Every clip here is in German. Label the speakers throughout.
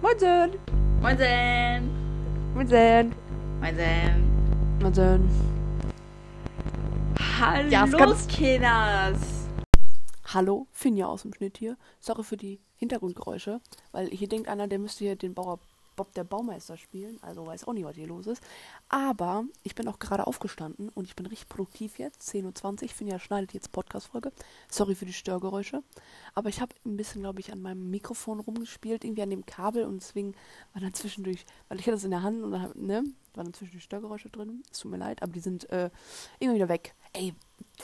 Speaker 1: Moinsen.
Speaker 2: Moinsen.
Speaker 1: Moinsen.
Speaker 2: Moinsen.
Speaker 1: Moinsen.
Speaker 2: Hallo,
Speaker 1: Ja, es kann-
Speaker 2: Kinders.
Speaker 1: Hallo, Finja aus dem Schnitt hier. Sorry für die Hintergrundgeräusche, weil hier denkt einer, der müsste hier den Bauer Bob der Baumeister spielen. Also weiß auch nicht, was hier los ist. Aber ich bin auch gerade aufgestanden und ich bin richtig produktiv jetzt. 10.20 Uhr. Finja schneidet jetzt Podcast-Folge. Sorry für die Störgeräusche. Aber ich habe ein bisschen, glaube ich, an meinem Mikrofon rumgespielt, irgendwie an dem Kabel und deswegen war dann zwischendurch, weil ich hatte es in der Hand und dann, hab- ne, waren dann zwischendurch Störgeräusche drin. Es tut mir leid, aber die sind äh, immer wieder weg. Ey,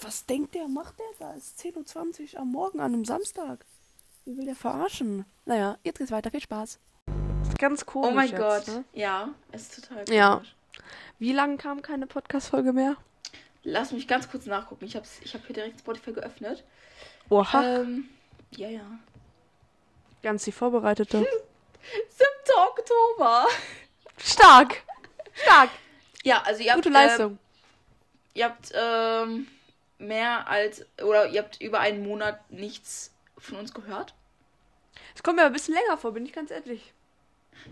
Speaker 1: was denkt der, macht der da? Es ist 10.20 Uhr am Morgen an einem Samstag. Wie will der verarschen? Naja, jetzt geht's weiter. Viel Spaß. Ganz komisch.
Speaker 2: Oh mein
Speaker 1: jetzt,
Speaker 2: Gott.
Speaker 1: Ne?
Speaker 2: Ja, ist total komisch.
Speaker 1: Ja. Wie lange kam keine Podcast-Folge mehr?
Speaker 2: Lass mich ganz kurz nachgucken. Ich habe ich hab hier direkt Spotify geöffnet.
Speaker 1: Oha,
Speaker 2: Ähm, ja, ja.
Speaker 1: ganz die Vorbereitete.
Speaker 2: 7. Oktober.
Speaker 1: Stark! Stark! Ähm,
Speaker 2: Ja, also ihr habt...
Speaker 1: Gute Leistung.
Speaker 2: Äh, ihr habt ähm, mehr als... Oder ihr habt über einen Monat nichts von uns gehört.
Speaker 1: Es kommt mir aber ein bisschen länger vor, bin ich ganz ehrlich.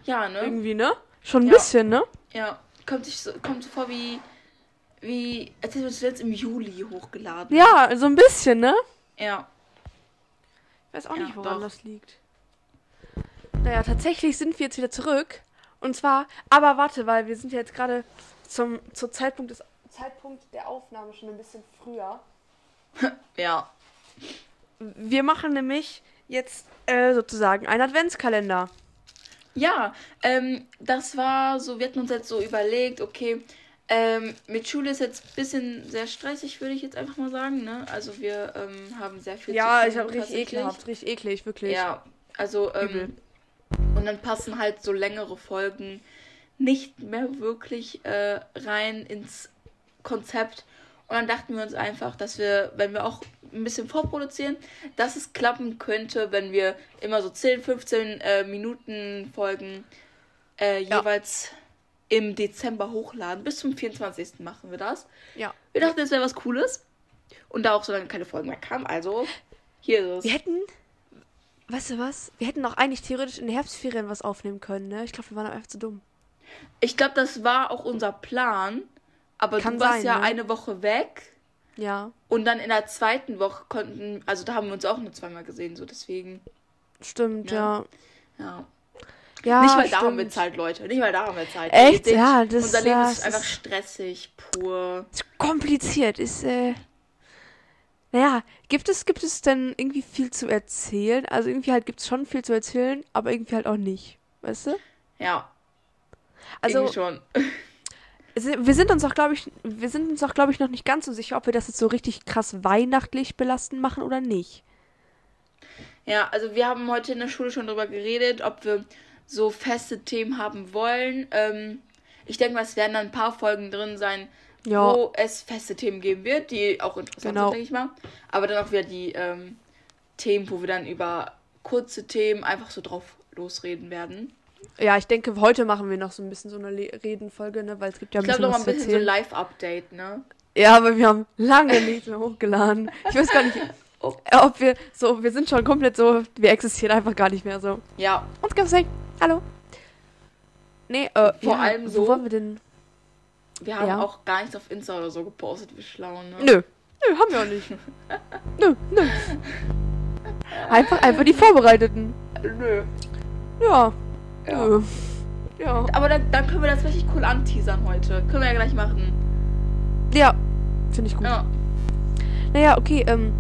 Speaker 2: Ja, ne?
Speaker 1: Irgendwie, ne? Schon ein
Speaker 2: Ja.
Speaker 1: bisschen, ne?
Speaker 2: Ja, kommt, sich so, kommt so vor wie, wie als hätten wir zuletzt im Juli hochgeladen.
Speaker 1: Ja, so ein bisschen, ne?
Speaker 2: Ja,
Speaker 1: Ich weiß auch
Speaker 2: Ja,
Speaker 1: nicht, woran
Speaker 2: doch.
Speaker 1: das liegt. Naja, tatsächlich sind wir jetzt wieder zurück. Und zwar, aber warte, weil wir sind ja jetzt gerade zum, zum Zeitpunkt, des, Zeitpunkt der Aufnahme schon ein bisschen früher.
Speaker 2: ja.
Speaker 1: Wir machen nämlich jetzt äh, sozusagen einen Adventskalender.
Speaker 2: Ja, ähm, das war so, wir hatten uns jetzt so überlegt, okay, ähm, mit Schule ist jetzt ein bisschen sehr stressig, würde ich jetzt einfach mal sagen, ne? Also wir ähm, haben sehr viel
Speaker 1: Ja,
Speaker 2: zu tun,
Speaker 1: ich habe richtig
Speaker 2: tatsächlich.
Speaker 1: ekelhaft, richtig eklig, wirklich.
Speaker 2: Ja, also ähm,
Speaker 1: Übel.
Speaker 2: und dann passen halt so längere Folgen nicht mehr wirklich äh, rein ins Konzept. Und dann dachten wir uns einfach, dass wir, wenn wir auch ein bisschen vorproduzieren, dass es klappen könnte, wenn wir immer so 10, 15 äh, Minuten Folgen äh,
Speaker 1: Ja.
Speaker 2: jeweils im Dezember hochladen. Bis zum 24. machen wir das.
Speaker 1: ja.
Speaker 2: Wir dachten, das wäre was Cooles. Und da auch so lange keine Folgen mehr kamen, also hier ist
Speaker 1: Wir
Speaker 2: es.
Speaker 1: hätten, weißt du was? Wir hätten auch eigentlich theoretisch in den Herbstferien was aufnehmen können, ne? Ich glaube, wir waren einfach zu dumm.
Speaker 2: Ich glaube, das war auch unser Plan. Aber
Speaker 1: Kann
Speaker 2: du warst
Speaker 1: sein,
Speaker 2: ja
Speaker 1: ne?
Speaker 2: eine Woche weg.
Speaker 1: Ja,
Speaker 2: Und dann in der zweiten Woche konnten, also da haben wir uns auch nur zweimal gesehen, so deswegen.
Speaker 1: stimmt, ja.
Speaker 2: Ja. Ja.
Speaker 1: Ja,
Speaker 2: Nicht mal da
Speaker 1: stimmt.
Speaker 2: haben wir Zeit, Leute. Nicht mal da haben wir Zeit.
Speaker 1: Echt?
Speaker 2: Ihr seht,
Speaker 1: Ja, das-
Speaker 2: Unser Leben
Speaker 1: ja,
Speaker 2: ist
Speaker 1: es
Speaker 2: einfach
Speaker 1: ist-
Speaker 2: stressig, pur.
Speaker 1: Ist kompliziert, ist, äh. Naja, gibt es, gibt es denn irgendwie viel zu erzählen? Also irgendwie halt gibt es schon viel zu erzählen, aber irgendwie halt auch nicht. Weißt du?
Speaker 2: Ja, also,
Speaker 1: Also,
Speaker 2: irgendwie schon.
Speaker 1: es- wir sind uns auch, glaube ich, wir sind uns auch, glaube ich, noch nicht ganz so sicher, ob wir das jetzt so richtig krass weihnachtlich belastend machen oder nicht.
Speaker 2: Ja, also wir haben heute in der Schule schon drüber geredet, ob wir so feste Themen haben wollen. Ähm, ich denke mal, es werden dann ein paar Folgen drin sein,
Speaker 1: Ja.
Speaker 2: wo es feste Themen geben wird, die auch interessant
Speaker 1: Genau.
Speaker 2: sind, denke ich mal. Aber dann auch wieder die ähm, Themen, wo wir dann über kurze Themen einfach so drauf losreden werden.
Speaker 1: Ja, ich denke, heute machen wir noch so ein bisschen so eine Le Redenfolge, ne? Weil es gibt ja ein
Speaker 2: Ich glaube
Speaker 1: bisschen
Speaker 2: noch mal
Speaker 1: was
Speaker 2: ein
Speaker 1: zu
Speaker 2: bisschen so ein
Speaker 1: erzählen.
Speaker 2: Live-Update, ne?
Speaker 1: ja, aber wir haben lange nichts mehr hochgeladen. Ich weiß gar nicht,
Speaker 2: Oh.
Speaker 1: ob wir so, wir sind schon komplett so, wir existieren einfach gar nicht mehr so.
Speaker 2: Ja,
Speaker 1: Uns gibt's nicht. Hallo. Nee, äh,
Speaker 2: Vor
Speaker 1: ja,
Speaker 2: allem
Speaker 1: Wo
Speaker 2: so-
Speaker 1: waren wir denn?
Speaker 2: wir haben
Speaker 1: Ja.
Speaker 2: auch gar nichts auf Insta oder so gepostet, wir schlau, ne?
Speaker 1: Nö. Nö, haben wir auch nicht. nö, nö. Einfach, einfach die Vorbereiteten.
Speaker 2: Nö.
Speaker 1: Ja.
Speaker 2: Ja.
Speaker 1: Nö. Ja.
Speaker 2: Aber dann, dann können wir das richtig cool anteasern heute. Können wir ja gleich machen.
Speaker 1: Ja. Finde ich gut.
Speaker 2: Ja.
Speaker 1: Naja, okay, ähm.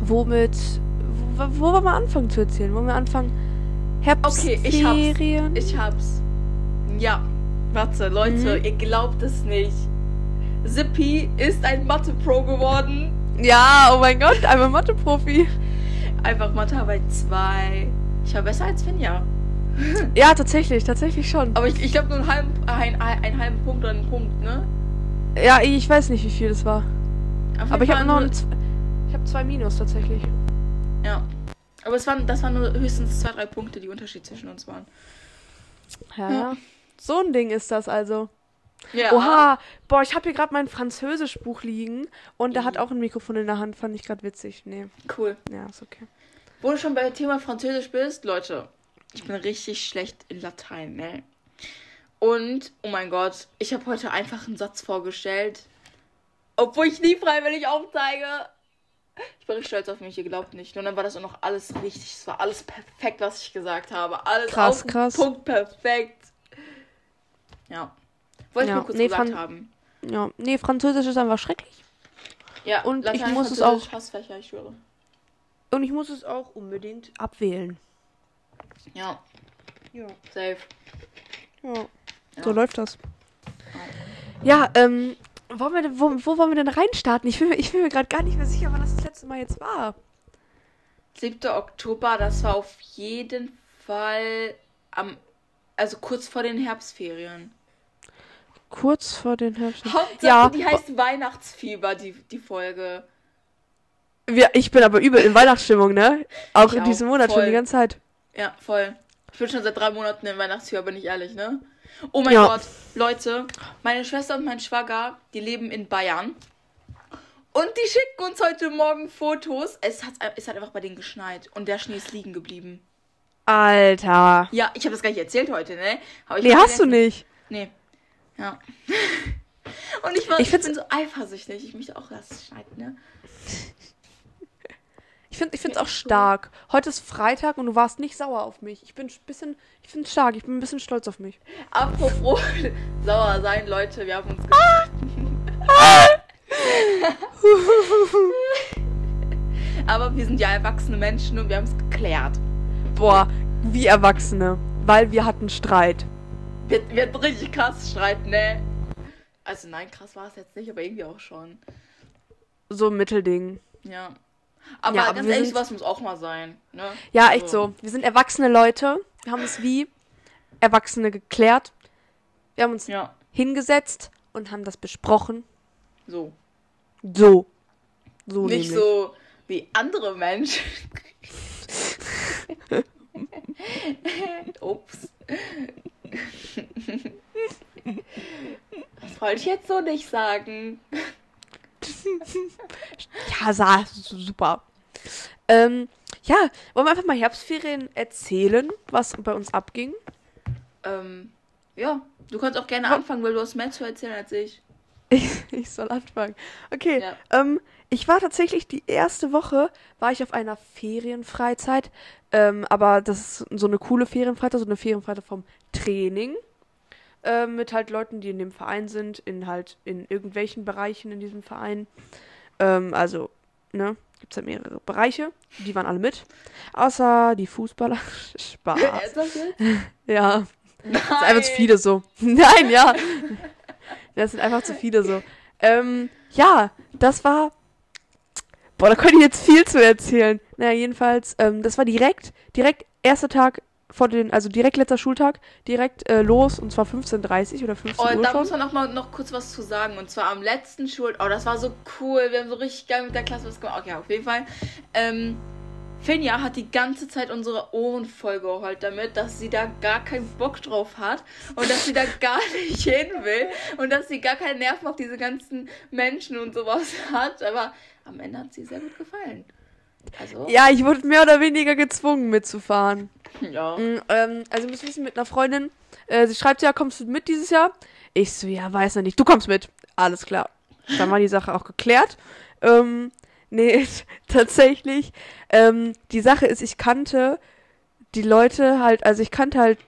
Speaker 1: Womit. Wo, wo wollen wir anfangen zu erzählen? Wollen wir anfangen? Herbstferien?
Speaker 2: ich hab's. Ich hab's. Ja. Warte, Leute,
Speaker 1: Mhm.
Speaker 2: ihr glaubt es nicht. Zippy ist ein Mathe-Pro geworden.
Speaker 1: Ja, oh mein Gott, einmal Mathe-Profi.
Speaker 2: Einfach Mathearbeit 2. Ich war besser als Finja.
Speaker 1: Ja, tatsächlich, tatsächlich schon.
Speaker 2: Aber ich, ich glaube nur einen halben, ein, ein, einen halben Punkt oder einen Punkt, ne?
Speaker 1: Ja, ich weiß nicht, wie viel das war.
Speaker 2: Auf jeden
Speaker 1: Aber ich
Speaker 2: Fall
Speaker 1: habe noch
Speaker 2: nur-
Speaker 1: ein, ich habe zwei Minus tatsächlich.
Speaker 2: Hm. Ja. Aber es waren, das waren nur höchstens zwei, drei Punkte, die Unterschied zwischen uns waren.
Speaker 1: Ja,
Speaker 2: Ja.
Speaker 1: So ein Ding ist das also.
Speaker 2: Ja.
Speaker 1: Oha, boah, ich habe hier gerade mein Französischbuch liegen und
Speaker 2: Mhm.
Speaker 1: da hat auch ein Mikrofon in der Hand, fand ich gerade witzig. Nee,
Speaker 2: Cool.
Speaker 1: ja, ist okay.
Speaker 2: Wo du schon bei Thema Französisch bist, Leute, Ich bin richtig schlecht in Latein, ne? Und, oh mein Gott, ich habe heute einfach einen Satz vorgestellt, obwohl ich nie freiwillig aufzeige. Ich bin richtig stolz auf mich, ihr glaubt nicht. Und dann war das auch noch alles richtig. Es war alles perfekt, was ich gesagt habe. Alles
Speaker 1: Krass,
Speaker 2: auf den
Speaker 1: krass.
Speaker 2: Punkt perfekt. Ja. Wollte
Speaker 1: Ja,
Speaker 2: ich nur kurz
Speaker 1: nee,
Speaker 2: gesagt
Speaker 1: fand-
Speaker 2: haben.
Speaker 1: Ja, nee, Französisch ist einfach schrecklich.
Speaker 2: Ja,
Speaker 1: und ich
Speaker 2: Latein,
Speaker 1: muss es
Speaker 2: Französisch,
Speaker 1: auch-
Speaker 2: Hassfächer, ich schwöre.
Speaker 1: Und ich muss es auch unbedingt abwählen.
Speaker 2: Ja,
Speaker 1: Ja,
Speaker 2: safe.
Speaker 1: ja.
Speaker 2: Ja.
Speaker 1: So läuft das. Ja, ähm, wollen wir, denn- wo, wo wollen wir denn reinstarten? Ich bin, mir- ich bin mir gerade gar nicht mehr sicher, wann das das letzte Mal jetzt war.
Speaker 2: 7. Oktober, das war auf jeden Fall am. Also kurz vor den Herbstferien.
Speaker 1: Kurz vor den Herbst.
Speaker 2: Hauptsache,
Speaker 1: Ja.
Speaker 2: die heißt Weihnachtsfieber, die, die Folge.
Speaker 1: Wir, ich bin aber übel in Weihnachtsstimmung, ne? Auch
Speaker 2: Ich
Speaker 1: in diesem
Speaker 2: auch,
Speaker 1: Monat schon
Speaker 2: voll.
Speaker 1: die ganze Zeit.
Speaker 2: Ja, voll. Ich bin schon seit drei Monaten im Weihnachtsfieber, bin ich ehrlich, ne? Oh mein
Speaker 1: Ja.
Speaker 2: Gott, Leute, meine Schwester und mein Schwager, die leben in Bayern. Und die schicken uns heute Morgen Fotos. Es hat, es hat einfach bei denen geschneit und der Schnee ist liegen geblieben.
Speaker 1: Alter.
Speaker 2: Ja, ich habe das gar nicht erzählt heute, ne? Aber ich
Speaker 1: Nee,
Speaker 2: hab
Speaker 1: hast du
Speaker 2: vergessen.
Speaker 1: nicht.
Speaker 2: Nee. Ja. und ich, war,
Speaker 1: Ich
Speaker 2: ich,
Speaker 1: find's-
Speaker 2: bin so eifersüchtig. Ich möchte auch, dass es schneit, ne?
Speaker 1: Ich finde es find's auch stark. Heute ist Freitag und du warst nicht sauer auf mich. Ich bin ein bisschen, ich finde stark. Ich bin ein bisschen stolz auf mich.
Speaker 2: Apropos sauer sein, Leute, wir haben uns gestritten. Ah! Aber wir sind ja erwachsene Menschen und wir haben es geklärt.
Speaker 1: Boah, wie Erwachsene. Weil wir hatten Streit.
Speaker 2: Wir, wir hatten richtig krass Streit, ne? Also nein, krass war es jetzt nicht, aber irgendwie auch schon.
Speaker 1: So ein Mittelding.
Speaker 2: Ja. Aber,
Speaker 1: Ja, aber
Speaker 2: ganz
Speaker 1: wir
Speaker 2: ehrlich,
Speaker 1: sind-
Speaker 2: sowas muss auch mal sein, ne?
Speaker 1: Ja, echt so. Wir sind erwachsene Leute. Wir haben es wie Erwachsene geklärt. Wir haben uns
Speaker 2: Ja,
Speaker 1: hingesetzt und haben das besprochen.
Speaker 2: so.
Speaker 1: So. So nämlich.
Speaker 2: nicht so wie andere Menschen. Ups. Das wollte ich jetzt so nicht sagen.
Speaker 1: Ja, sa- super. Ähm, ja, wollen wir einfach mal Herbstferien erzählen, was bei uns abging?
Speaker 2: Ähm, ja, du kannst auch gerne anfangen, weil du hast mehr zu erzählen als ich.
Speaker 1: Ich, ich soll anfangen. Okay,
Speaker 2: Ja.
Speaker 1: ähm, ich war tatsächlich die erste Woche, war ich auf einer Ferienfreizeit, ähm, aber das ist so eine coole Ferienfreizeit, so eine Ferienfreizeit vom Training, ähm, mit halt Leuten, die in dem Verein sind, in halt in irgendwelchen Bereichen in diesem Verein. Ähm, also, ne, gibt's halt mehrere Bereiche, die waren alle mit, außer die Fußballer. Spaß.
Speaker 2: Ernsthaft jetzt?
Speaker 1: Ja. Das sind einfach zu
Speaker 2: Nein.
Speaker 1: viele so. Nein, ja. Das sind einfach zu viele so. Ähm, ja, das war. Boah, da könnte ich jetzt viel zu erzählen. Naja, jedenfalls, ähm, das war direkt, direkt erster Tag vor den, also direkt letzter Schultag, direkt äh, los und zwar 15.30 oder 15
Speaker 2: Oh,
Speaker 1: Uhr
Speaker 2: da
Speaker 1: schon.
Speaker 2: muss man noch mal noch kurz was zu sagen. Und zwar am letzten Schul... Oh, das war so cool. Wir haben so richtig geil mit der Klasse was gemacht. Okay, auf jeden Fall. Ähm, Finja hat die ganze Zeit unsere Ohren vollgeheult damit, dass sie da gar keinen Bock drauf hat und dass sie da gar nicht hin will und dass sie gar keine Nerven auf diese ganzen Menschen und sowas hat. Aber am Ende hat sie sehr gut gefallen. Also,
Speaker 1: Ja, ich wurde mehr oder weniger gezwungen mitzufahren.
Speaker 2: ja.
Speaker 1: Mm, ähm, also ihr müsst wissen, mit einer Freundin, äh, sie schreibt ja, kommst du mit dieses Jahr? Ich so, ja, weiß noch nicht. Du kommst mit. Alles klar. Dann war die Sache auch geklärt. Ähm, nee, tatsächlich. Ähm, die Sache ist, ich kannte die Leute halt, also ich kannte halt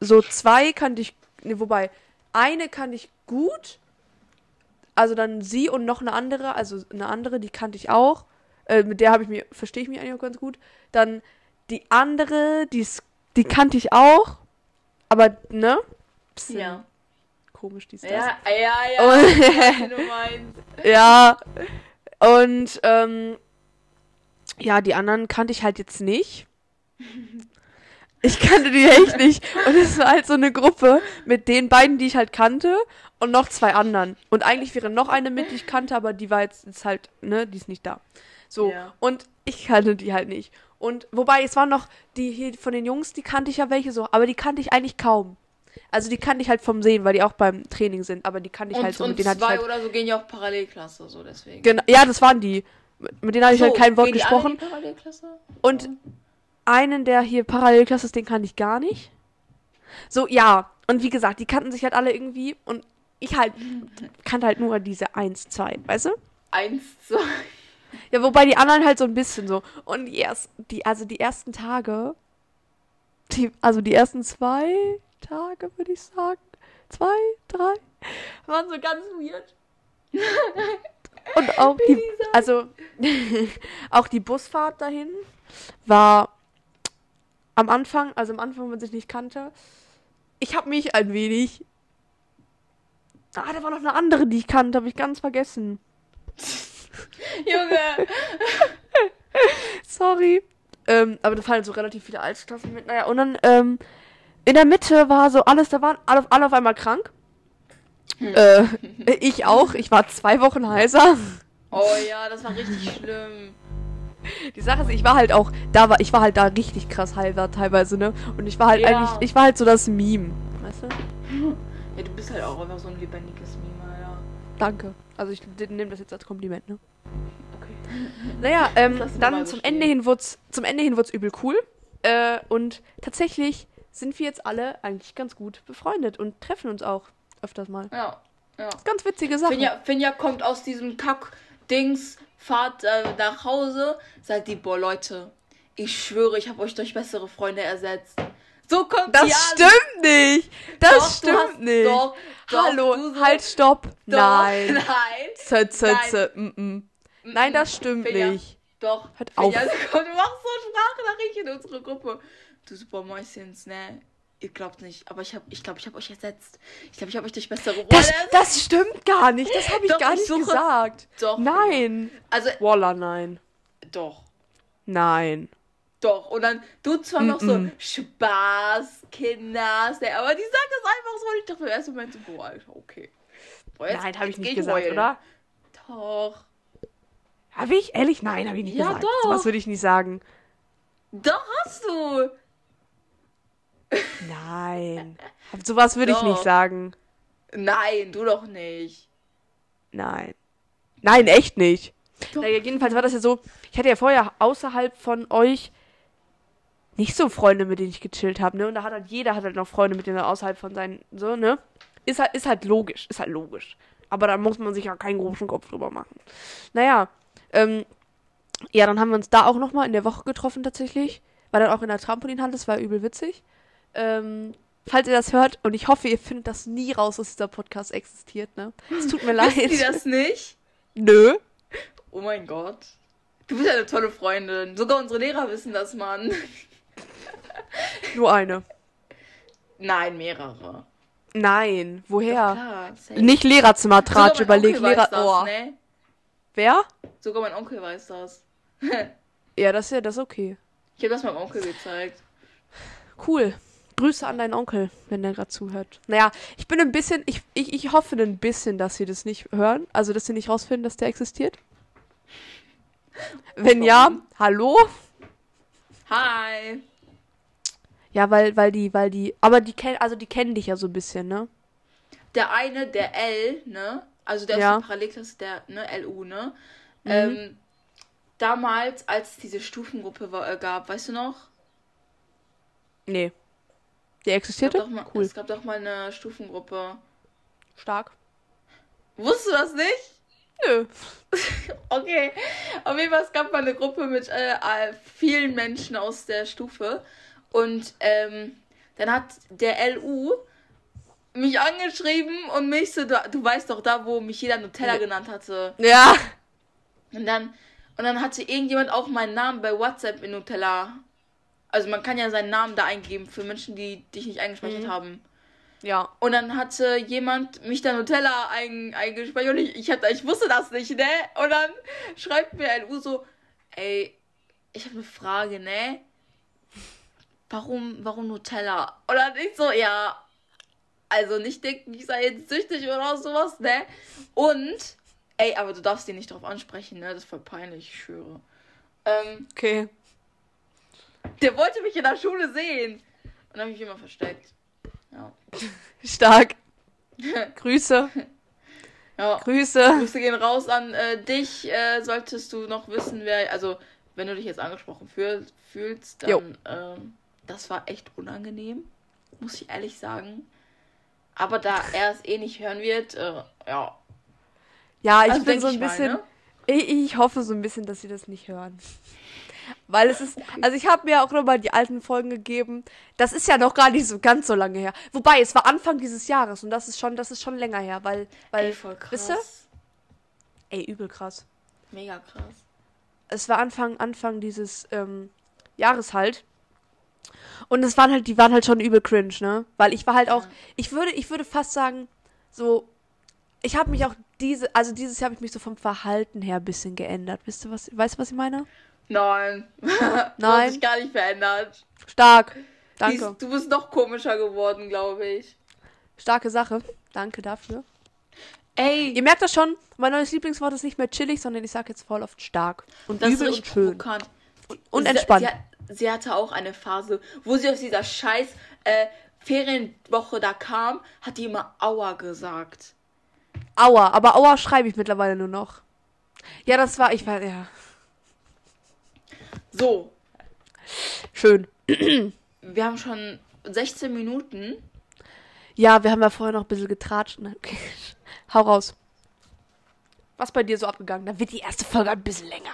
Speaker 1: so zwei kannte ich, ne, wobei, eine kannte ich gut. Also dann sie und noch eine andere, also eine andere, die kannte ich auch. Äh, mit der habe ich mir, verstehe ich mich eigentlich auch ganz gut. Dann die andere, die, ist- die kannte ich auch. Aber, ne? Bisschen
Speaker 2: Ja,
Speaker 1: komisch, die ist das.
Speaker 2: ja, ja, ja.
Speaker 1: Und,
Speaker 2: wie du meinst.
Speaker 1: ja. Und, ähm, ja, die anderen kannte ich halt jetzt nicht. Ich kannte die echt nicht. Und es war halt so eine Gruppe mit den beiden, die ich halt kannte und noch zwei anderen. Und eigentlich wäre noch eine mit, die ich kannte, aber die war jetzt ist halt, ne, die ist nicht da. So.
Speaker 2: Ja.
Speaker 1: Und ich kannte die halt nicht. Und wobei, es waren noch die hier von den Jungs, die kannte ich ja welche so, aber die kannte ich eigentlich kaum. Also die kannte ich halt vom Sehen, weil die auch beim Training sind, aber die kannte ich
Speaker 2: Und,
Speaker 1: halt so.
Speaker 2: und
Speaker 1: mit denen hatte ich
Speaker 2: zwei
Speaker 1: halt
Speaker 2: oder so gehen ja auch Parallelklasse, so deswegen.
Speaker 1: Genau, ja, das waren die. Mit denen habe ich
Speaker 2: So,
Speaker 1: halt kein Wort
Speaker 2: gehen die
Speaker 1: gesprochen.
Speaker 2: alle in die Parallelklasse?
Speaker 1: Und einen, der hier Parallelklasse ist, den kannte ich gar nicht. So, ja. Und wie gesagt, die kannten sich halt alle irgendwie und ich halt kannte halt nur diese 1, 2, weißt du?
Speaker 2: Eins, zwei.
Speaker 1: Ja, wobei die anderen halt so ein bisschen so. Und die erst, die, also die ersten Tage, die, also die ersten zwei Tage, würde ich sagen, zwei, drei, waren so ganz weird. Und auch die, also, auch die Busfahrt dahin war am Anfang, also am Anfang, wenn man sich nicht kannte, ich habe mich ein wenig. Ah, da war noch eine andere, die ich kannte, habe ich ganz vergessen.
Speaker 2: Junge.
Speaker 1: Sorry. Ähm, aber da fallen so relativ viele Altklassen mit. Naja, und dann ähm, in der Mitte war so alles, da waren alle, alle auf einmal krank. Äh, ich auch. Ich war zwei Wochen heiser.
Speaker 2: Oh ja, das war richtig schlimm.
Speaker 1: Die Sache ist, ich war halt auch, da war, ich war halt da richtig krass heiser teilweise, ne? Und ich war halt
Speaker 2: Ja.
Speaker 1: eigentlich, ich war halt so das Meme. Weißt du?
Speaker 2: Ja, du bist halt auch einfach so ein lebendiges Meme, Alter.
Speaker 1: Danke. Also ich nehme das jetzt als Kompliment, ne?
Speaker 2: Okay.
Speaker 1: Naja, ähm,
Speaker 2: Lassen wir mal
Speaker 1: dann
Speaker 2: so
Speaker 1: zum
Speaker 2: stehen.
Speaker 1: Ende, hin wurd's, zum Ende hin wurde übel cool. Äh, und tatsächlich sind wir jetzt alle eigentlich ganz gut befreundet und treffen uns auch öfters mal.
Speaker 2: Ja, ja.
Speaker 1: Ganz witzige Sachen.
Speaker 2: Finja, Finja kommt aus diesem Kack-Dings, fahrt äh, nach Hause, sagt die, boah, Leute, ich schwöre, ich habe euch durch bessere Freunde ersetzt. So kommt
Speaker 1: das
Speaker 2: sie an.
Speaker 1: stimmt nicht! Das
Speaker 2: Doch, du
Speaker 1: stimmt
Speaker 2: hast-
Speaker 1: nicht!
Speaker 2: Doch, doch,
Speaker 1: Hallo,
Speaker 2: du so-
Speaker 1: halt, stopp!
Speaker 2: Doch,
Speaker 1: Nein!
Speaker 2: Nein.
Speaker 1: Zö, zö,
Speaker 2: Nein.
Speaker 1: zö, mm, mm. Nein, das stimmt
Speaker 2: Finja.
Speaker 1: nicht.
Speaker 2: Doch.
Speaker 1: Hört
Speaker 2: Finja,
Speaker 1: auf.
Speaker 2: sie kommt, du machst so Sprachnachrichten in unsere Gruppe. Du Supermäuschens, ne? Ihr glaubt nicht, aber ich glaube, ich, glaub, ich habe euch ersetzt. Ich glaube, ich habe euch durch bessere Rolle
Speaker 1: Das,
Speaker 2: ersetzt.
Speaker 1: das stimmt gar nicht, das habe ich
Speaker 2: Doch,
Speaker 1: gar
Speaker 2: ich
Speaker 1: nicht
Speaker 2: suche-
Speaker 1: gesagt.
Speaker 2: Doch. genau.
Speaker 1: Nein.
Speaker 2: Also,
Speaker 1: Walla, nein.
Speaker 2: doch.
Speaker 1: Nein.
Speaker 2: Doch. Und dann du zwar noch so
Speaker 1: Mm-mm.
Speaker 2: Spaß, Kinder, ne? aber die sagt das einfach so. Und ich dachte im ersten Moment so, boah, Alter, okay. Boah, jetzt-
Speaker 1: Nein, habe ich
Speaker 2: jetzt
Speaker 1: nicht
Speaker 2: geh
Speaker 1: gesagt,
Speaker 2: heulen.
Speaker 1: oder?
Speaker 2: Doch.
Speaker 1: Habe ich? Ehrlich? Nein, habe ich nicht
Speaker 2: Ja,
Speaker 1: gesagt.
Speaker 2: doch.
Speaker 1: Was würde ich nicht sagen?
Speaker 2: Doch hast du.
Speaker 1: Nein. Hab- Sowas würde ich
Speaker 2: Doch.
Speaker 1: nicht sagen.
Speaker 2: Nein, du doch nicht.
Speaker 1: Nein. Nein, echt nicht.
Speaker 2: Doch.
Speaker 1: Naja, jedenfalls war das ja so, ich hatte ja vorher außerhalb von euch nicht so Freunde, mit denen ich gechillt habe, ne? Und da hat halt jeder hat halt noch Freunde, mit denen er außerhalb von seinen, so, ne? Ist halt, ist halt logisch, ist halt logisch. Aber da muss man sich ja keinen großen Kopf drüber machen. Naja, ähm, ja, dann haben wir uns da auch nochmal in der Woche getroffen tatsächlich. War dann auch in der Trampolinhalle, das war übel witzig. Ähm, falls ihr das hört, und ich hoffe, ihr findet das nie raus, dass dieser Podcast existiert, ne? Es tut mir leid.
Speaker 2: Ist die das nicht?
Speaker 1: Nö.
Speaker 2: Oh mein Gott. Du bist eine tolle Freundin. Sogar unsere Lehrer wissen das, Mann.
Speaker 1: Nur eine.
Speaker 2: Nein, mehrere.
Speaker 1: Nein, woher?
Speaker 2: Klar, safe.
Speaker 1: Nicht Lehrerzimmertratsch,
Speaker 2: Sogar mein
Speaker 1: überleg
Speaker 2: Onkel
Speaker 1: Lehrer.
Speaker 2: Weiß das,
Speaker 1: oh.
Speaker 2: ne?
Speaker 1: Wer?
Speaker 2: Sogar mein Onkel weiß das.
Speaker 1: Ja, das ist ja das ist okay.
Speaker 2: Ich habe das meinem Onkel gezeigt.
Speaker 1: Cool. Grüße an deinen Onkel, wenn der gerade zuhört. Naja, ich bin ein bisschen, ich, ich, ich hoffe ein bisschen, dass sie das nicht hören. Also, dass sie nicht rausfinden, dass der existiert. Wenn ja, hallo?
Speaker 2: Hi.
Speaker 1: Ja, weil, weil die, weil die, aber die kennen, also die kennen dich ja so ein bisschen, ne?
Speaker 2: Der eine, der L, ne? Also der
Speaker 1: Ja. Mhm.
Speaker 2: aus der Parallelklasse, der, ne, LU, ne? Ähm, damals, als es diese Stufengruppe wa- äh, gab, weißt du noch?
Speaker 1: Nee. Der
Speaker 2: Es gab,
Speaker 1: existierte?
Speaker 2: doch mal,
Speaker 1: Cool.
Speaker 2: es gab doch mal eine Stufengruppe.
Speaker 1: Stark.
Speaker 2: Wusstest du das nicht?
Speaker 1: Nö.
Speaker 2: Okay, auf jeden Fall, es gab mal eine Gruppe mit äh, äh, vielen Menschen aus der Stufe. Und ähm, dann hat der LU mich angeschrieben und mich so, du, du weißt doch da, wo mich jeder Nutella genannt hatte.
Speaker 1: Ja.
Speaker 2: Und dann, und dann hatte irgendjemand auch meinen Namen bei WhatsApp in Nutella. Also man kann ja seinen Namen da eingeben für Menschen, die dich nicht eingespeichert haben.
Speaker 1: Ja.
Speaker 2: Und dann hatte jemand mich da Nutella ein, eingespeichert und ich, ich, hab, da- ich wusste das nicht, ne? Und dann schreibt mir LU so, ey, ich habe eine Frage, ne? Warum, warum Nutella? Und dann ich so, ja, also nicht denken, ich sei jetzt süchtig oder sowas, ne? Und, ey, aber du darfst den nicht drauf ansprechen, ne? Das ist voll peinlich, ich schwöre. Ähm,
Speaker 1: Okay.
Speaker 2: der wollte mich in der Schule sehen. Und habe mich immer versteckt. Ja.
Speaker 1: Stark. Grüße.
Speaker 2: ja.
Speaker 1: Grüße.
Speaker 2: Grüße gehen raus an äh, dich. Äh, solltest du noch wissen, wer, also wenn du dich jetzt angesprochen fühl, fühlst,
Speaker 1: Jo.
Speaker 2: dann ähm, das war echt unangenehm, muss ich ehrlich sagen. Aber da er es eh nicht hören wird, äh, ja.
Speaker 1: Ja, ich
Speaker 2: Also
Speaker 1: bin
Speaker 2: denk
Speaker 1: so ein
Speaker 2: ich mal,
Speaker 1: bisschen.
Speaker 2: ne?
Speaker 1: ich, ich hoffe so ein bisschen, dass sie das nicht hören. Weil es ist, also ich habe mir auch nochmal die alten Folgen gegeben. Das ist ja noch gar nicht so ganz so lange her. Wobei, es war Anfang dieses Jahres und das ist schon, das ist schon länger her, weil, weil,
Speaker 2: Ey, voll
Speaker 1: wisst
Speaker 2: krass.
Speaker 1: ihr? ey, übel krass.
Speaker 2: Mega krass.
Speaker 1: es war Anfang, Anfang dieses ähm, Jahres halt. Und es waren halt, die waren halt schon übel cringe, ne? Weil ich war halt auch,
Speaker 2: Ja.
Speaker 1: ich würde, ich würde fast sagen, so, ich habe mich auch diese, also dieses Jahr habe ich mich so vom Verhalten her ein bisschen geändert. Wisst ihr was, weißt du, was ich meine?
Speaker 2: Nein. Nein. Du
Speaker 1: Nein.
Speaker 2: hast dich gar nicht verändert.
Speaker 1: Stark.
Speaker 2: Dies-
Speaker 1: Danke.
Speaker 2: Du bist noch komischer geworden, glaube ich.
Speaker 1: Starke Sache. Danke dafür.
Speaker 2: Ey,
Speaker 1: Ihr merkt das schon, mein neues Lieblingswort ist nicht mehr chillig, sondern ich sage jetzt voll oft stark. Und
Speaker 2: das ist
Speaker 1: übel und
Speaker 2: richtig
Speaker 1: schön.
Speaker 2: provokant.
Speaker 1: Und
Speaker 2: Sie-
Speaker 1: entspannt.
Speaker 2: Sie, hat- sie hatte auch eine Phase, wo sie aus dieser scheiß äh, Ferienwoche da kam, hat die immer Aua gesagt.
Speaker 1: Aua, aber Aua schreibe ich mittlerweile nur noch. Ja, das war, ich war, ja,
Speaker 2: So,
Speaker 1: schön.
Speaker 2: wir haben schon 16 Minuten.
Speaker 1: Ja, wir haben ja vorher noch ein bisschen getratscht. Ne? Okay. Hau raus. Was bei dir so abgegangen? Dann wird die erste Folge ein bisschen länger.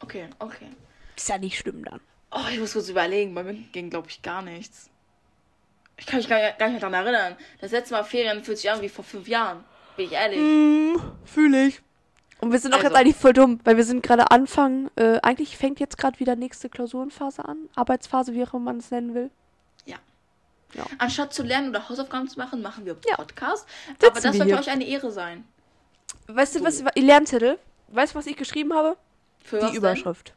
Speaker 2: Okay, okay.
Speaker 1: Ist ja nicht schlimm dann.
Speaker 2: Oh, ich muss kurz überlegen, bei mir ging, glaube ich, gar nichts. Ich kann mich gar, gar nicht mehr daran erinnern. Das letzte Mal Ferien fühlt sich an wie vor fünf Jahren. Bin ich ehrlich.
Speaker 1: Mhm. Fühle ich. Und wir sind auch
Speaker 2: Also.
Speaker 1: jetzt eigentlich voll dumm, weil wir sind gerade Anfang. Äh, eigentlich fängt jetzt gerade wieder nächste Klausurenphase an. Arbeitsphase, wie auch immer man es nennen will.
Speaker 2: Anstatt zu lernen oder Hausaufgaben zu machen, machen wir
Speaker 1: Ja.
Speaker 2: Podcast.
Speaker 1: Sitzen
Speaker 2: Aber das
Speaker 1: wir
Speaker 2: soll für
Speaker 1: hier.
Speaker 2: euch eine Ehre sein.
Speaker 1: Weißt du,
Speaker 2: Du.
Speaker 1: was? Ihr Lernzettel. Weißt du, was ich geschrieben habe?
Speaker 2: Für was
Speaker 1: Die Überschrift.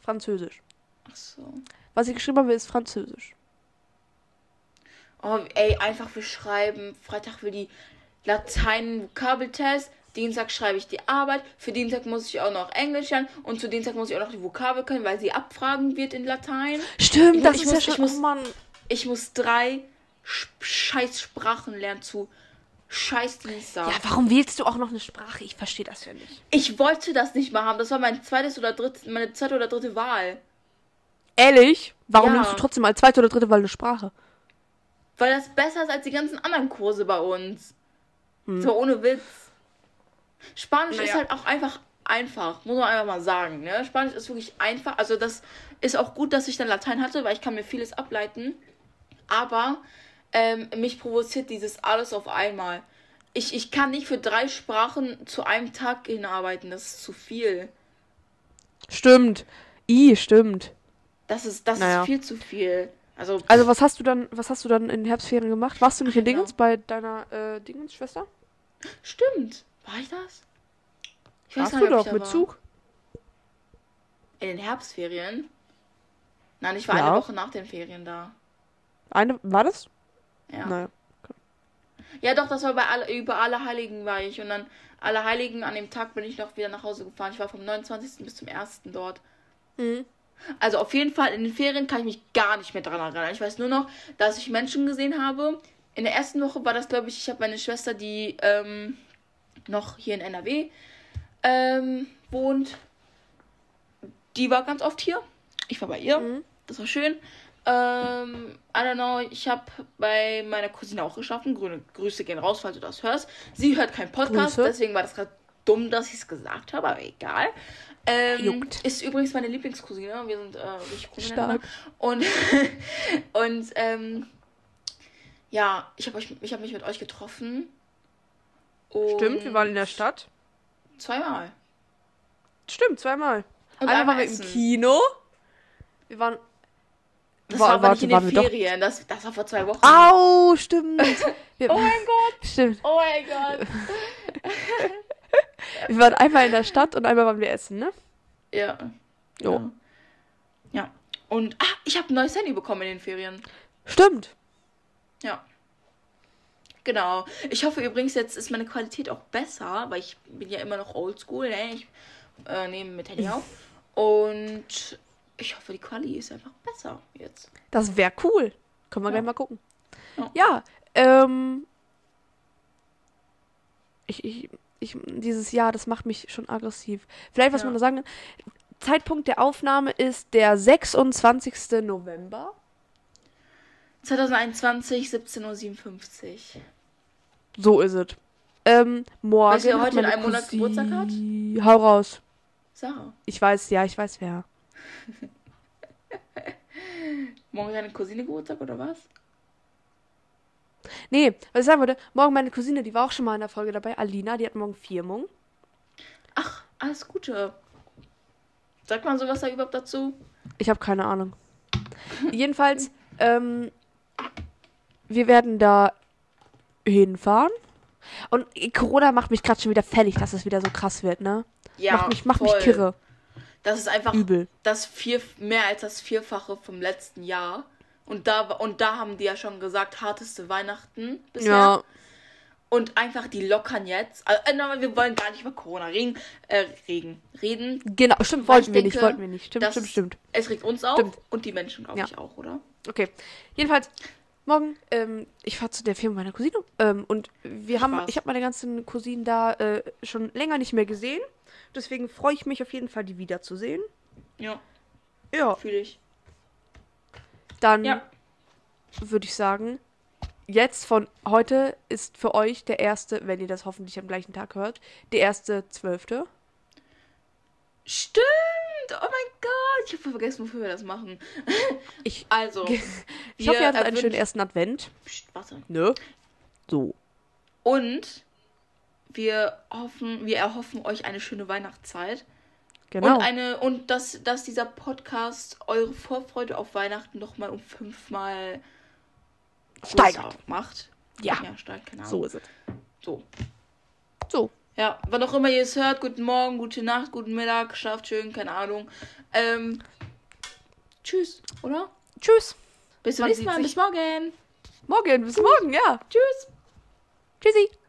Speaker 1: Französisch.
Speaker 2: Denn? Ach so.
Speaker 1: Was ich geschrieben habe, ist Französisch.
Speaker 2: Oh, ey, einfach wir schreiben. Freitag für die Latein-Vokabeltest. Dienstag schreibe ich die Arbeit. Für Dienstag muss ich auch noch Englisch lernen. Und zu Dienstag muss ich auch noch die Vokabel können, weil sie abfragen wird in Latein.
Speaker 1: Stimmt,
Speaker 2: Ich mu-
Speaker 1: das
Speaker 2: ich
Speaker 1: ist
Speaker 2: muss-
Speaker 1: ja
Speaker 2: ich
Speaker 1: schon.
Speaker 2: muss-
Speaker 1: Oh Mann.
Speaker 2: Ich muss drei Sch scheiß Sprachen lernen zu scheiß Dienstag.
Speaker 1: Ja, warum wählst du auch noch eine Sprache? Ich verstehe das ja nicht.
Speaker 2: Ich wollte das nicht mal haben. Das war mein zweites oder drittes, meine zweite oder dritte Wahl.
Speaker 1: Ehrlich? Warum
Speaker 2: Ja.
Speaker 1: nimmst du trotzdem als zweite oder dritte Wahl eine Sprache?
Speaker 2: Weil das besser ist als die ganzen anderen Kurse bei uns.
Speaker 1: Hm.
Speaker 2: So ohne Witz. Spanisch
Speaker 1: Naja.
Speaker 2: ist halt auch einfach einfach, muss man einfach mal sagen. Ne? Spanisch ist wirklich einfach. Also das ist auch gut, dass ich dann Latein hatte, weil ich kann mir vieles ableiten. Aber ähm, mich provoziert dieses alles auf einmal. Ich, ich kann nicht für drei Sprachen zu einem Tag hinarbeiten. Das ist zu viel.
Speaker 1: Stimmt. I, stimmt.
Speaker 2: Das ist, das
Speaker 1: Naja.
Speaker 2: ist viel zu viel. Also,
Speaker 1: Also was hast du dann, was hast du dann in Herbstferien gemacht? Warst du nicht in
Speaker 2: Genau.
Speaker 1: Dingens bei deiner äh, Dingens Schwester?
Speaker 2: stimmt. War ich das? Ich
Speaker 1: Warst
Speaker 2: gar
Speaker 1: du
Speaker 2: nicht, ob
Speaker 1: doch
Speaker 2: ich da
Speaker 1: mit
Speaker 2: war.
Speaker 1: Zug?
Speaker 2: In den Herbstferien? Nein, ich war
Speaker 1: Ja.
Speaker 2: eine Woche nach den Ferien da.
Speaker 1: Eine war das?
Speaker 2: Ja.
Speaker 1: Nein.
Speaker 2: ja, doch, das war bei alle, über alle Heiligen war ich. Und dann alle Heiligen an dem Tag bin ich noch wieder nach Hause gefahren. Ich war vom 29. bis zum 1. dort.
Speaker 1: Mhm.
Speaker 2: Also auf jeden Fall in den Ferien kann ich mich gar nicht mehr dran erinnern. Ich weiß nur noch, dass ich Menschen gesehen habe. In der ersten Woche war das, glaube ich, ich habe meine Schwester, die ähm, noch hier in NRW ähm, wohnt. Die war ganz oft hier. Ich war bei ihr.
Speaker 1: Mhm.
Speaker 2: Das war schön. Ähm, I don't know, ich habe bei meiner Cousine auch geschaffen. Grüne Grüße gehen raus, falls du das hörst. Sie hört keinen Podcast,
Speaker 1: Grüße.
Speaker 2: deswegen war das gerade dumm, dass ich es gesagt habe, aber egal. Ähm,
Speaker 1: Juckt.
Speaker 2: Ist übrigens meine Lieblingscousine. Wir sind äh, richtig cool
Speaker 1: Stark.
Speaker 2: miteinander. Und, und ähm, ja, ich habe hab mich mit euch getroffen. Und
Speaker 1: in der Stadt.
Speaker 2: Zweimal.
Speaker 1: Stimmt, zweimal.
Speaker 2: Und
Speaker 1: Einmal
Speaker 2: einmal
Speaker 1: waren wir im
Speaker 2: essen.
Speaker 1: Kino. Wir waren.
Speaker 2: Das
Speaker 1: Wa-
Speaker 2: war aber
Speaker 1: warte,
Speaker 2: nicht in
Speaker 1: waren
Speaker 2: den
Speaker 1: wir doch- Ah!
Speaker 2: Ferien. Das, das war vor zwei Wochen.
Speaker 1: Au, stimmt. Wir,
Speaker 2: Oh mein Gott.
Speaker 1: stimmt.
Speaker 2: Oh mein Gott.
Speaker 1: Wir waren einmal in der Stadt und einmal waren wir essen, ne?
Speaker 2: ja.
Speaker 1: Jo.
Speaker 2: Ja. Ja. Und ah, ich habe ein neues Handy bekommen in den Ferien.
Speaker 1: Stimmt.
Speaker 2: Ja. Genau. Ich hoffe übrigens, jetzt ist meine Qualität auch besser, weil ich bin ja immer noch oldschool, ne? Ich äh, nehme mit Handy auf. Und ich hoffe, die Quali ist einfach besser jetzt.
Speaker 1: Das wäre cool. Können wir
Speaker 2: Ja.
Speaker 1: gleich mal gucken.
Speaker 2: Ja.
Speaker 1: Ja, ähm. Ich, ich, ich, dieses Jahr, das macht mich schon aggressiv. Vielleicht, was
Speaker 2: Ja.
Speaker 1: man da sagen kann. Zeitpunkt der Aufnahme ist der 26. November.
Speaker 2: 2021, 17.57 Uhr.
Speaker 1: So ist es. Ähm, morgen.
Speaker 2: Weißt du, wer
Speaker 1: hat
Speaker 2: heute
Speaker 1: meine
Speaker 2: in einem Monat Geburtstag hat?
Speaker 1: Cousi- Hau raus.
Speaker 2: Sarah.
Speaker 1: Ich weiß, ja, ich weiß wer.
Speaker 2: Morgen deine Cousine Geburtstag oder was?
Speaker 1: Nee, was ich sagen wollte, morgen meine Cousine, die war auch schon mal in der Folge dabei, Alina, die hat morgen Firmung.
Speaker 2: Ach, alles Gute. Sagt man sowas da überhaupt dazu?
Speaker 1: Ich habe keine Ahnung. Jedenfalls, ähm, wir werden da hinfahren. Und Corona macht mich gerade schon wieder fertig, dass es wieder so krass wird, ne?
Speaker 2: Ja,
Speaker 1: macht mich, macht mich
Speaker 2: voll.
Speaker 1: kirre.
Speaker 2: Das ist einfach
Speaker 1: Übel.
Speaker 2: das vier, mehr als das Vierfache vom letzten Jahr. Und da, und da haben die ja schon gesagt, harteste Weihnachten bisher.
Speaker 1: Ja.
Speaker 2: Und einfach die lockern jetzt. Also, äh, nein, wir wollen gar nicht über Corona reden. Äh, reden. Reden.
Speaker 1: Genau, stimmt,
Speaker 2: Weil
Speaker 1: wollten
Speaker 2: ich
Speaker 1: wir
Speaker 2: denke,
Speaker 1: nicht, wollten wir nicht. Stimmt,
Speaker 2: das-
Speaker 1: stimmt, stimmt.
Speaker 2: Es regt uns auf
Speaker 1: Stimmt.
Speaker 2: und die Menschen, glaube
Speaker 1: Ja.
Speaker 2: ich, auch, oder?
Speaker 1: Okay. Jedenfalls, morgen, ähm, ich fahre zu der Firma meiner Cousine. Ähm, und wir haben,
Speaker 2: Spaß.
Speaker 1: ich habe meine ganzen Cousinen da äh, schon länger nicht mehr gesehen. Deswegen freue ich mich auf jeden Fall, die wiederzusehen.
Speaker 2: Ja,
Speaker 1: Ja.
Speaker 2: fühle ich.
Speaker 1: Dann
Speaker 2: Ja.
Speaker 1: würde ich sagen, jetzt von heute ist für euch der erste, wenn ihr das hoffentlich am gleichen Tag hört, der erste zwölfte.
Speaker 2: Stimmt! Oh mein Gott! Ich habe vergessen, wofür wir das machen.
Speaker 1: Ich,
Speaker 2: Also,
Speaker 1: ich hoffe,
Speaker 2: wir
Speaker 1: ihr hattet einen
Speaker 2: erwünschen-
Speaker 1: schönen ersten Advent.
Speaker 2: Psst, warte.
Speaker 1: Ne? So.
Speaker 2: Und wir hoffen, wir erhoffen euch eine schöne Weihnachtszeit.
Speaker 1: Genau.
Speaker 2: Und eine und dass, dass dieser Podcast eure Vorfreude auf Weihnachten noch mal um fünfmal größer
Speaker 1: Steigert.
Speaker 2: macht.
Speaker 1: ja.
Speaker 2: ja steigt, keine Ahnung.
Speaker 1: So ist es.
Speaker 2: So.
Speaker 1: So.
Speaker 2: Ja, wann auch immer ihr es hört, guten Morgen, gute Nacht, guten Mittag, schlaft schön, keine Ahnung. Ähm, tschüss, oder?
Speaker 1: Tschüss.
Speaker 2: Bis zum
Speaker 1: Man
Speaker 2: nächsten
Speaker 1: sieht
Speaker 2: Mal,
Speaker 1: sich.
Speaker 2: bis morgen.
Speaker 1: Morgen. Bis morgen, ja.
Speaker 2: Tschüss.
Speaker 1: Tschüssi.